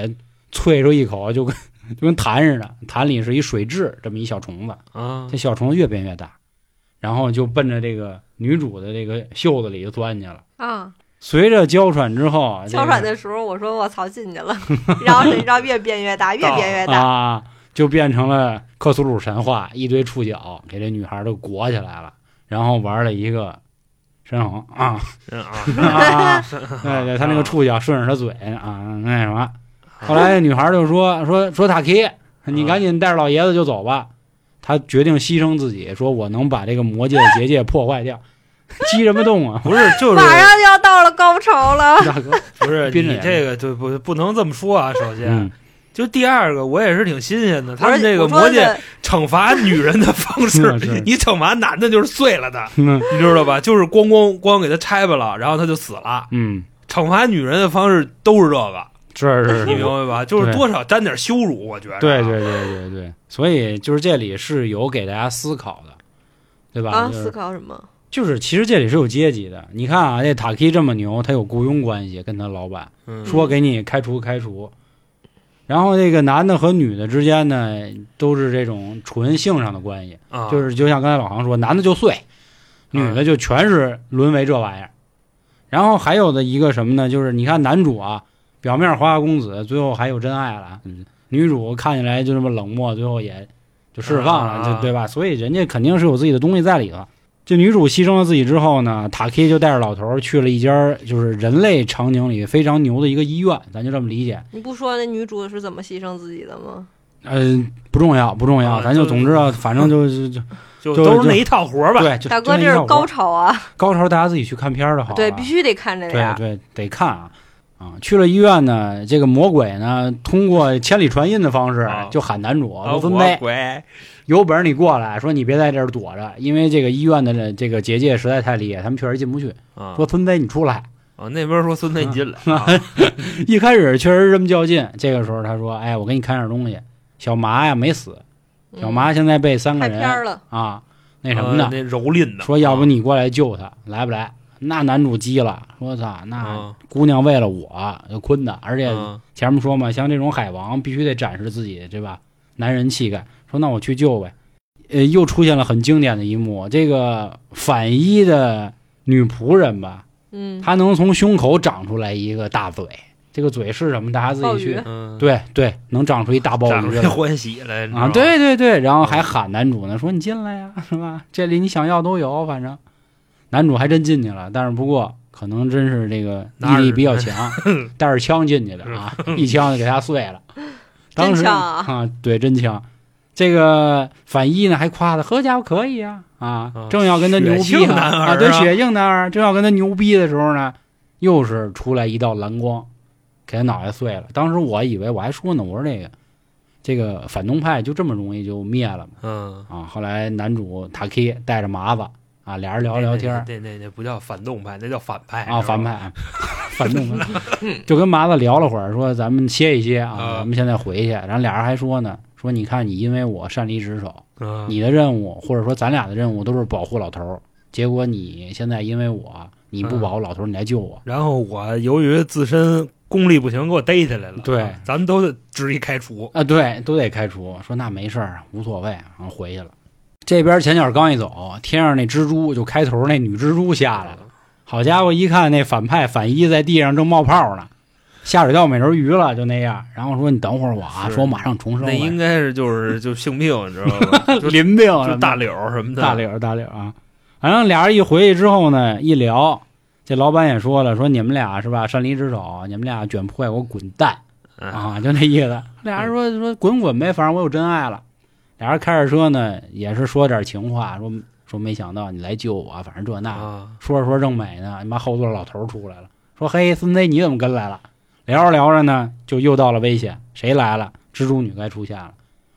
S1: 啐出一口，就跟就跟痰似的，痰里是一水蛭这么一小虫子，
S4: 啊
S1: 这小虫子越变越大，然后就奔着这个女主的这个袖子里就钻进去了。
S3: 啊，
S1: 随着娇喘之后啊，这
S3: 哮
S1: 个
S3: 喘的时候我说我操进去 了，然后谁知道越变越大，越变越大，
S1: 啊，就变成了克苏鲁神话，一堆触角给这女孩都裹起来了，然后玩了一个深横 啊，
S4: 嗯啊，？
S1: 啊对对，他那个触角顺着她嘴啊，那什么。 后来女孩就说说说塔奇，你赶紧带着老爷子就走吧。他决定牺牲自己，说我能把这个魔界的结界破坏掉， 激什么动啊
S4: 不是就是
S3: 马上就要到了高潮了。
S1: 大哥，
S4: 不 是
S1: 冰
S4: 你
S1: 脸
S4: 这个对不不能这么说啊，首先。
S1: 嗯，
S4: 就第二个，我也是挺新鲜的。他
S3: 我
S4: 们
S3: 说
S4: 这个
S3: 我说
S4: 魔界
S3: 的
S4: 惩罚女人的方式
S1: 嗯是，
S4: 你惩罚男的就是碎了他，
S1: 嗯
S4: 你知道吧？就是咣咣咣给他拆吧了，然后他就死了。
S1: 嗯，
S4: 惩罚女人的方式都是这个，
S1: 是是是，
S4: 你明白吧？就是
S1: 对
S4: 多少沾点羞辱，我觉得。
S1: 对对对对对，所以就是这里是有给大家思考的，对吧？
S3: 啊，
S1: 就
S3: 思
S1: 是
S3: 考什么？
S1: 就是其实这里是有阶级的。你看啊，这塔 K 这么牛，他有雇佣关系，跟他老板
S4: 嗯，
S1: 说给你开除开除。然后这个男的和女的之间呢，都是这种纯性上的关系，
S4: 啊，
S1: 就是就像刚才老航说，男的就碎，女的就全是沦为这玩意儿。然后还有的一个什么呢？就是你看男主啊，表面花花公子，最后还有真爱了；
S4: 嗯
S1: 女主看起来就这么冷漠，最后也就释放了，
S4: 啊
S1: 就对吧？所以人家肯定是有自己的东西在里头。这女主牺牲了自己之后呢，塔 K 就带着老头儿去了一家就是人类场景里非常牛的一个医院，咱就这么理解。
S3: 你不说那女主是怎么牺牲自己的吗？
S1: 嗯、不重要，不重要，
S4: 啊
S1: 咱就
S4: 就是
S1: 总之啊，反正就是就
S4: 就
S1: 就
S4: 都是那一套活儿吧。
S1: 对，就
S3: 大哥，
S1: 就
S3: 这
S1: 那一
S3: 是
S1: 套活
S3: 高潮啊！
S1: 高潮，大家自己去看片儿的好了。
S3: 对，必须得看这个
S1: 对
S3: 呀。
S1: 对，得看啊啊！去了医院呢，这个魔鬼呢，通过千里传音的方式
S4: 啊
S1: 就喊男主
S4: 啊，
S1: 罗
S4: 我
S1: 分杯，
S4: 乖，
S1: 有本事你过来，说你别在这儿躲着，因为这个医院的这个结界实在太厉害，他们确实进不去。
S4: 啊
S1: 说孙飞你出来，
S4: 啊，那边说孙子你进 来，啊
S1: 一开始确实这么较劲，这个时候他说：“哎，我给你看点东西。”小麻呀没死，
S3: 嗯
S1: 小麻现在被三个
S3: 看
S1: 人
S3: 片儿了，
S1: 啊那什么呢
S4: 啊，那蹂躏的，
S1: 说要不
S4: 啊
S1: 你过来救他，来不来？那男主急了，说操，那
S4: 啊
S1: 姑娘为了我就坤的，而且
S4: 啊
S1: 前面说嘛，像这种海王必须得展示自己，对吧？男人气概。说那我去救呗。呃，又出现了很经典的一幕，这个反一的女仆人吧，
S3: 嗯，
S1: 她能从胸口长出来一个大嘴，这个嘴是什么？大家自己
S3: 鲍
S1: 去
S3: 鱼。
S4: 嗯，
S1: 对对，能长出一大鲍
S4: 长
S1: 鱼
S4: 出
S1: 来
S4: 欢喜来
S1: 啊！对对对，然后还喊男主呢，说你进来呀，是吧？这里你想要都有，反正男主还真进去了，但是不过可能真是这个
S4: 拿
S1: 毅
S4: 着嗯
S1: 力比较 强，带着枪进去的啊，一枪就给他碎了。当时
S3: 真枪啊
S1: 对，真枪。这个反一呢还夸他，好家伙可以啊啊
S4: 啊！
S1: 正要跟他牛
S4: 血
S1: 逼
S4: 性
S1: 呢
S4: 男儿
S1: 啊，对，
S4: 啊
S1: 血性男儿，正要跟他牛逼的时候呢，又是出来一道蓝光，给他脑袋碎了。当时我以为我还说呢，我说这个这个反动派就这么容易就灭了吗？
S4: 嗯，
S1: 啊！后来男主塔 K 带着麻子啊，俩人聊聊天儿
S4: 那那那不叫反动派，那叫反派
S1: 啊，反，派， 反动派， 就跟麻子聊了会儿，说咱们歇一歇啊，
S4: 嗯啊
S1: 咱们现在回去。然后俩人还说呢，说你看你因为我擅离职守，
S4: 知道吧嗯
S1: 你的任务或者说咱俩的任务都是保护老头儿，结果你现在因为我你不
S4: 嗯
S1: 保护老头儿，你来救我。
S4: 然后我由于自身功力不行，给我逮起来了，
S1: 对
S4: 啊咱们都得执一开除，
S1: 啊，对，都得开除。说那没事儿，无所谓，然后回去了。这边前脚刚一走，天上那蜘蛛就开头那女蜘蛛下
S4: 嗯
S1: 来了。好家伙，一看那反派反一在地上正冒泡呢，下水道美人鱼了，就那样。然后说你等会儿我啊，
S4: 是
S1: 说我马上重生
S4: 那
S1: 了。
S4: 应该是就是就性病，你知道 吧？就
S1: 淋病了
S4: 就大柳儿什么的，
S1: 大柳儿大柳儿啊。反正俩人一回去之后呢，一聊，这老板也说了，说你们俩是吧，擅离职守，你们俩卷铺盖给我滚蛋。
S4: 啊，
S1: 啊，就那意思。俩人说说滚滚呗，反正我有真爱了。俩人开着车呢，也是说点情话，说说没想到你来救我，反正这那。
S4: 啊
S1: 说着说正美呢，你妈后座老头出来了，说嘿，孙子你怎么跟来了？聊着聊着呢，就又到了危险，谁来了？蜘蛛女该出现了。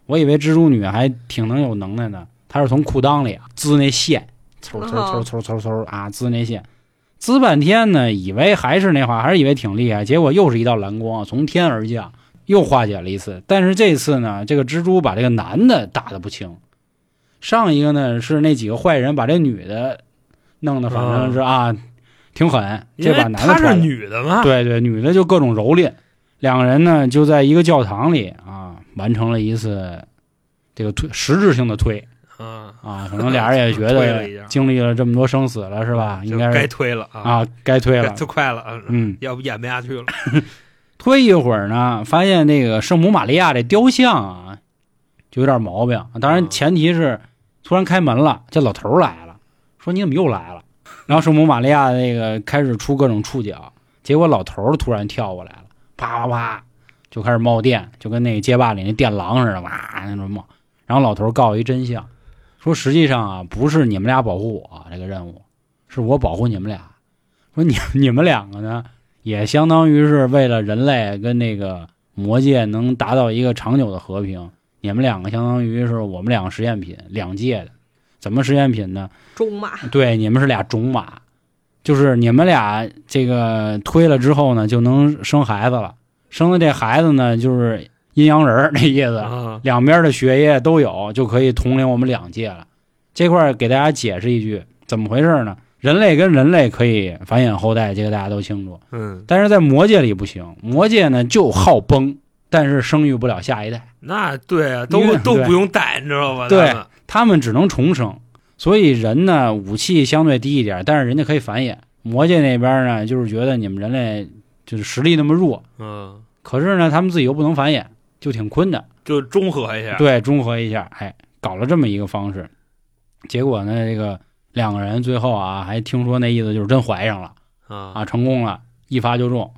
S1: 我以为蜘蛛女还挺能有能耐呢，她是从裤裆里啊滋那线，嗖嗖嗖嗖嗖嗖啊滋那线，啊滋半天呢，以为还是那话，还是以为挺厉害，结果又是一道蓝光从天而降，又化解了一次。但是这次呢，这个蜘蛛把这个男的打的不轻。上一个呢是那几个坏人把这女的弄得，反正是啊、挺狠。
S4: 因
S1: 这
S4: 为
S1: 把男的
S4: 她
S1: 踹
S4: 是
S1: 了
S4: 女的嘛，
S1: 对对，女的就各种蹂躏，两个人呢就在一个教堂里啊，完成了一次这个推实质性的推
S4: 啊，
S1: 啊，可能俩人也觉
S4: 推了一下
S1: 得经历了这么多生死了是吧？
S4: 就
S1: 应该
S4: 该
S1: 是
S4: 推了啊，
S1: 啊，该推
S4: 该
S1: 了。
S4: 就快了，啊
S1: 嗯，
S4: 要不演不下去了。
S1: 推一会儿呢，发现那个圣母玛利亚这雕像啊，就有点毛病。当然
S4: 嗯
S1: 前提是突然开门了，这老头儿来了，说你怎么又来了？然后圣母玛利亚那个开始出各种触角，结果老头儿突然跳过来了，啪啪啪就开始冒电，就跟那个街霸里那电狼似的，哇那种冒。然后老头儿告诉一真相，说实际上啊不是你们俩保护我这个任务，是我保护你们俩。说你你们两个呢，也相当于是为了人类跟那个魔界能达到一个长久的和平。你们两个相当于是我们两个实验品，两界的。怎么实验品呢？
S3: 中马
S1: 对，你们是俩种马，就是你们俩这个推了之后呢，就能生孩子了。生的这孩子呢，就是阴阳人儿那意思，
S4: 啊，
S1: 两边的血液都有，就可以统领我们两界了。这块儿给大家解释一句，怎么回事呢？人类跟人类可以繁衍后代，这个大家都清楚。
S4: 嗯，
S1: 但是在魔界里不行，魔界呢就好崩，但是生育不了下一代，
S4: 那对啊，
S1: 因
S4: 都
S1: 为
S4: 都
S1: 对
S4: 不用带，你知道吧？
S1: 对
S4: 他们
S1: 他们只能重生。所以人呢，武器相对低一点，但是人家可以繁衍。魔界那边呢，就是觉得你们人类就是实力那么弱，
S4: 嗯，
S1: 可是呢，他们自己又不能繁衍，就挺困的。
S4: 就中和一下，
S1: 对，中和一下，哎，搞了这么一个方式。结果呢，这个两个人最后啊，还听说那意思就是真怀上了
S4: 啊，
S1: 啊，成功了，一发就中。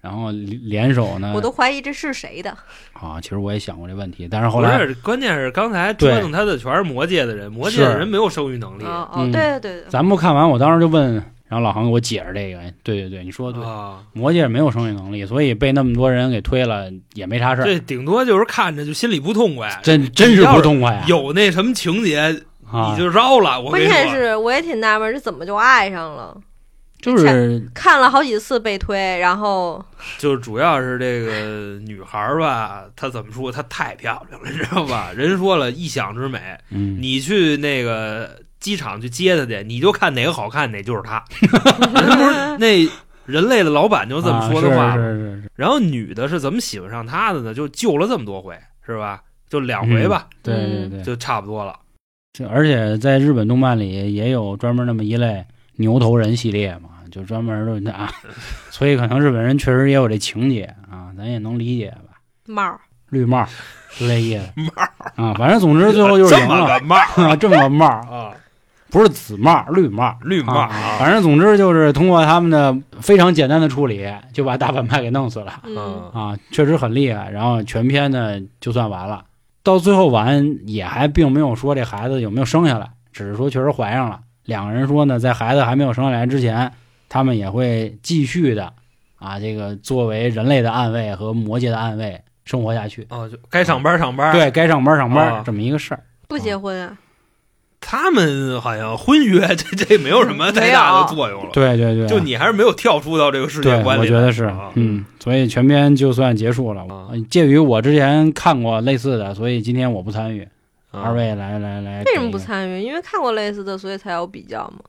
S1: 然后联手呢，
S3: 我都怀疑这是谁的。
S1: 啊，其实我也想过这问题，但是后
S4: 不
S1: 来
S4: 是，关键是刚才
S1: 对
S4: 折腾他的全是魔界的人，魔界的
S1: 是
S4: 人没有生育能力啊，
S3: 哦哦，
S1: 嗯
S3: 对对对对，
S1: 咱们看完，我当时就问，然后老航给我解释这个，哎对对对，你说的对，
S4: 啊
S1: 魔界没有生育能力，所以被那么多人给推了也没啥事儿，
S4: 这顶多就是看着就心里不痛快，
S1: 真真是不痛快呀、
S4: 有那什么情节
S1: 啊，
S4: 你就绕了。我
S3: 关
S4: 跟你
S3: 键
S4: 说，啊
S3: 是我也挺纳闷，这怎么就爱上了？
S1: 就是
S3: 看了好几次被推，然后
S4: 就是主要是这个女孩儿吧，她怎么说？她太漂亮了，你知道吧？人说了一想之美，
S1: 嗯，
S4: 你去那个机场去接她去，你就看哪个好看，哪就是她。人不是那人类的老板就这么说的话
S1: 啊
S4: 吗？
S1: 是是是是，
S4: 然后女的是怎么喜欢上他的呢？就救了这么多回，是吧？就两回吧，
S1: 对对
S3: 嗯
S1: 对，
S4: 就差不多了。
S1: 这而且在日本动漫里也有专门那么一类牛头人系列嘛，就专门的啊， 所以可能日本人确实也有这情节啊，咱也能理解吧。
S3: 帽儿
S1: 绿 帽之类意思啊，反正总之最后就是
S4: 这
S1: 赢
S4: 么
S1: 了
S4: 个帽儿
S1: 啊，这么个帽儿
S4: 啊，
S1: 不是紫帽儿，绿帽儿。
S4: 绿帽儿啊，
S1: 反正总之就是通过他们的非常简单的处理，就把大反派给弄死了
S3: 嗯，
S1: 啊，确实很厉害。然后全篇呢就算完了，到最后完也还并没有说这孩子有没有生下来，只是说确实怀上了。两个人说呢，在孩子还没有生下来之前，他们也会继续的啊，这个作为人类的暗卫和魔界的暗卫生活下去。
S4: 啊，就该上班上班。，
S1: 对该上班上班、
S4: 啊
S1: 这么一个事儿。
S3: 不结婚啊？
S4: 他们好像婚约 这这没有什么太大的作用了。
S1: 对对对，
S4: 就你还是没有跳出到这个世
S1: 对
S4: 界，观
S1: 我
S4: 里
S1: 觉
S4: 来。
S1: 得是
S4: 啊，
S1: 嗯，所以全篇就算结束了呃
S4: 啊。
S1: 介于我之前看过类似的，所以今天我不参与。
S4: 啊
S1: 二位来来来，
S3: 为什么
S1: 给
S3: 不
S1: 一个？
S3: 参与？因为看过类似的，所以才有比较嘛。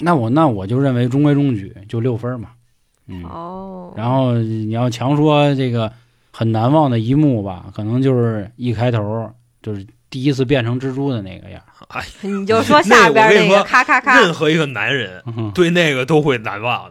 S1: 那我那我就认为中规中矩，就六分嘛。嗯，
S3: 哦，
S1: 然后你要强说这个很难忘的一幕吧，可能就是一开头就是第一次变成蜘蛛的那个样儿。
S3: 你就说下边
S4: 那我跟
S3: 那
S4: 你
S3: 个
S4: 说
S3: 咔咔
S4: 嗯
S3: 咔，
S4: 任何一个男人
S1: 嗯
S4: 对那个都会难忘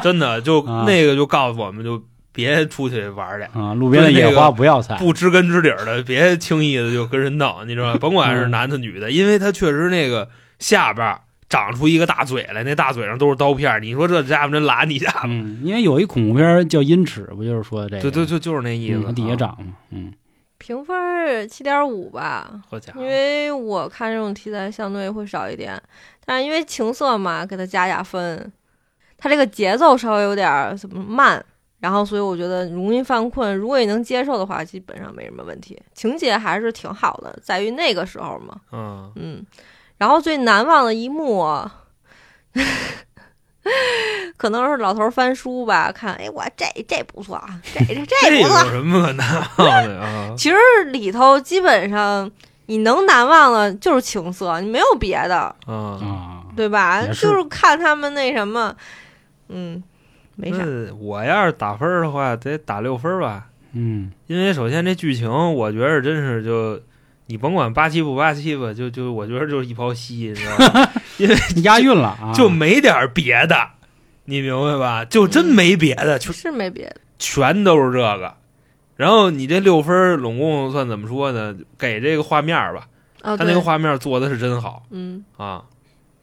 S4: 真的就
S1: 啊
S4: 那个就告诉我们，就别出去玩儿去。
S1: 啊，路边的野花不要采。
S4: 不知根知底儿的，别轻易的就跟人闹，你知道吧？甭管是
S1: 嗯
S4: 男的女的，因为他确实那个下边儿长出一个大嘴来，那大嘴上都是刀片儿。你说这家伙真拉你一下子，
S1: 嗯，因为有一恐怖片儿叫《阴齿》，不就是说的这个？
S4: 就就就就是那意
S1: 嗯，
S4: 思。啊
S1: 它底下，长嘛。嗯，
S3: 评分七点五吧，
S4: 好家伙
S3: 因，为我看这种题材相对会少一点，但是因为情色嘛，给它加加分。它这个节奏稍微有点儿怎么慢，然后所以我觉得容易犯困。如果你能接受的话，基本上没什么问题。情节还是挺好的，在于那个时候嘛，
S4: 嗯，
S3: 嗯。然后最难忘的一幕啊， 可能是老头儿翻书吧，看，哎，我这这不错，啊，这这
S4: 这
S3: 这
S4: 有
S3: 不错。
S4: 什么 可难忘的啊？
S3: 其实里头基本上你能难忘的就是情色，你没有别的，
S4: 啊，
S1: 啊，
S3: 对吧？
S1: 也是
S3: 就是看他们那什么，嗯，没啥。
S4: 那我要是打分儿的话，得打六分儿吧。
S1: 嗯，
S4: 因为首先这剧情，我觉得真是就你甭管八七不八七吧，就就我觉得就是一泡稀，你知 道吗？
S1: 押韵了啊，
S4: 就没点儿别的，你明白吧？就真
S3: 嗯
S4: 没别的，全
S3: 是没别的，
S4: 全都是这个。然后你这六分儿拢共算怎么说呢？给这个画面儿吧，
S3: 哦，
S4: 他那
S3: 对
S4: 个画面做的是真好
S3: 嗯，
S4: 啊。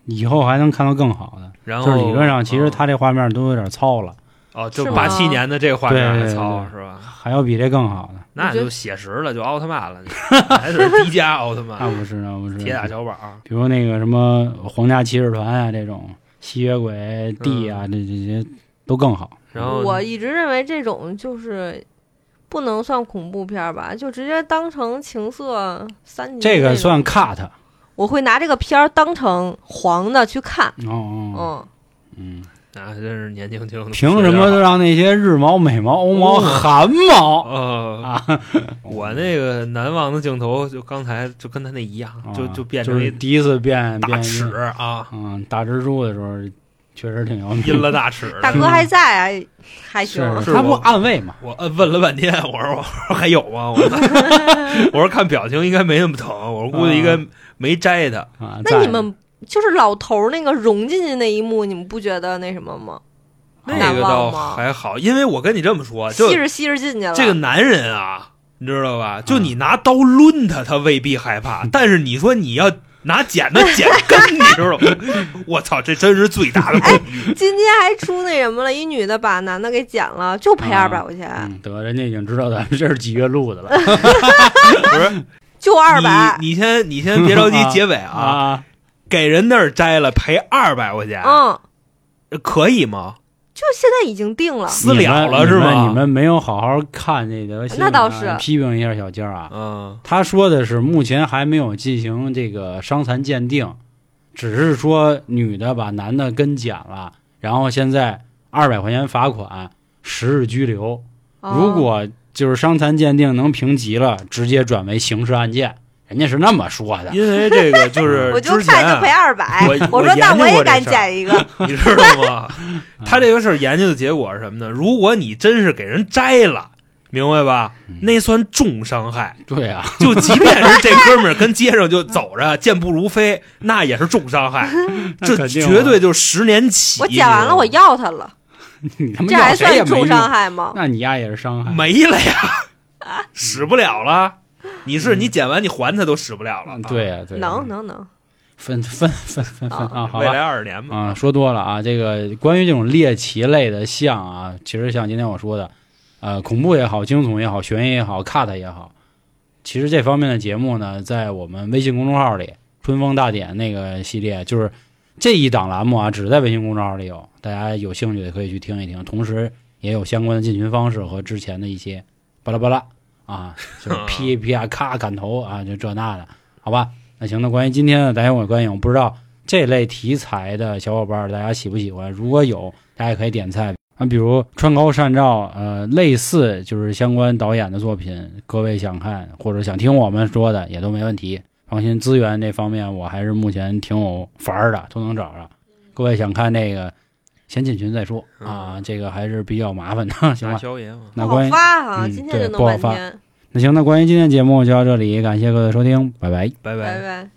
S1: 以后还能看到更好的。
S4: 然后
S1: 就是理论上，其实
S4: 嗯
S1: 他这画面都有点糙了，
S4: 哦，就是
S3: 吗
S4: 八七年的这个画面
S1: 对
S4: 还
S1: 对
S4: 糙
S1: 对
S4: 是吧？
S1: 还要比这更好的。
S4: 那
S3: 我觉
S4: 就
S3: 得
S4: 写实了，就奥特 曼了，你还是迪迦奥特
S1: 那
S4: 曼、
S1: 不是，那不是。
S4: 啊 铁打小宝。
S1: 比如那个什么皇家骑士团啊，这种吸血鬼 D
S4: 嗯
S1: 啊，这这些都更好。
S3: 嗯
S4: 然后啊
S3: 我一直认为这种就是不能算恐怖片儿吧，就直接当成情色三级。
S1: 这个算，cut 哦
S3: 我会拿这个片儿当成黄的去看。
S1: 哦
S3: 嗯，
S1: 嗯，
S4: 啊，真是年轻轻的，
S1: 凭什么让那些日毛、美毛、欧
S4: 哦
S1: 毛、韩毛
S4: 呃
S1: 啊？
S4: 我那个难忘的镜头，就刚才就跟他那一样，就
S1: 啊
S4: 就变
S1: 就
S4: 成
S1: 是
S4: 一
S1: 第一次变
S4: 大
S1: 变
S4: 尺啊，
S1: 嗯，大蜘蛛的时候确实挺要命。
S4: 阴了 大尺的。
S3: 大哥还 在啊，还行。
S1: 是
S4: 是
S1: 他不
S4: 我
S1: 安慰嘛？
S4: 我摁问了半天，我说我说还有吗？我 说我说看表情应该没那么疼，我说估计应该
S3: 嗯
S4: 没摘他。
S1: 啊，
S3: 那
S1: 在
S3: 你们就是老头儿那个融进去那一幕，你们不觉得那什么吗？
S4: 那个
S3: 难忘
S4: 倒
S3: 吗
S4: 还好，因为我跟你这么说，就
S3: 吸着吸着进去了。嗯
S4: 这个男人啊，你知道吧？就你拿刀抡他，他未必害 怕，但是你说你要拿剪子剪根，你知道 吗？我操，这真是最大的恐惧。
S3: 今天还出那什么了，一女的把男的给剪了，就赔
S1: 啊
S3: 二百块钱，
S1: 嗯，得人家已经知道咱们这是几月录的了
S4: 不是，
S3: 就哎二百。
S4: 你你先你先别着急结尾 啊，
S1: 啊，
S4: 给人那儿摘了赔二百块钱，
S3: 嗯，
S4: 可以吗？
S3: 就现在已经定了。
S4: 私了了是
S1: 你
S4: 吗？
S1: 们你们没有好好看这条新闻啊，
S3: 那倒是
S1: 批评一下小娇啊。
S4: 嗯
S1: 他说的是目前还没有进行这个伤残鉴定，只是说女的把男的跟剪了，然后现在二百块钱罚款，十日拘留。
S3: 哦
S1: 如果就是伤残鉴定能评级了，直接转为刑事案件，人家是那么说的。
S4: 因为这个就是
S3: 我就
S4: 之前
S3: 看就
S4: 啊
S3: 赔二百
S4: 我，我
S3: 说那
S4: 研究过
S3: 我也
S4: 这
S3: 敢
S4: 事儿
S3: 剪一个，
S4: 你知道 吗？
S1: 嗯
S4: 他这个事儿研究的结果是什么呢？如果你真是给人摘了，明白吧？
S1: 嗯
S4: 那算重伤害。
S1: 对啊，
S4: 就即便是这哥们儿跟街上就走着健步如飞，那也是重 伤害，
S1: 那
S4: 这
S1: 肯定啊
S4: 绝对就十年起。
S3: 我剪完了 我
S4: 你知
S3: 要他了，
S1: 你他妈
S3: 这还
S1: 要谁也
S3: 算
S1: 没
S3: 重
S1: 用
S3: 伤害吗？
S1: 那你丫也是伤
S4: 道
S1: 害
S4: 吗。没了呀，使不了了。你是你剪完你还他都使不了了
S1: 嗯。，对呀、对呀、
S3: 能能能，
S1: 分分分分分
S3: 啊
S1: 啊，好
S4: 未
S1: 吧。
S4: 来二十年嘛，
S1: 啊，说多了啊，这个关于这种猎奇类的像啊，其实像今天我说的，呃，恐怖也好，惊悚也好，悬疑也好，cut 也好，其实这方面的节目呢，在我们微信公众号里“春风大典”那个系列，就是这一档栏目啊，只在微信公众号里有，大家有兴趣的可以去听一听，同时也有相关的进群方式和之前的一些巴拉巴拉啊，就是劈一劈啊，咔砍头啊，就这那的，好吧？那行，那关于今天的《大家我观影》，我不知道这类题材的小伙伴儿大家喜不喜欢？如果有，大家也可以点菜啊，比如《川高善照》呃，类似就是相关导演的作品，各位想看或者想听我们说的也都没问题。放心，资源这方面我还是目前挺有法儿的，都能找着。各位想看这个，先进群再说啊，这个还是比较麻烦的， 行
S4: 拿
S1: 吧？
S4: 消炎嘛。
S1: 那
S3: 不好
S1: 关于
S3: 发啊，
S1: 嗯
S3: 今
S1: 对
S3: 天就
S1: 不
S3: 弄
S1: 好
S3: 半
S1: 发
S3: 天，
S1: 那行，那关于今天节目就到这里，感谢各位的收听，拜拜。
S4: 拜
S3: 拜拜。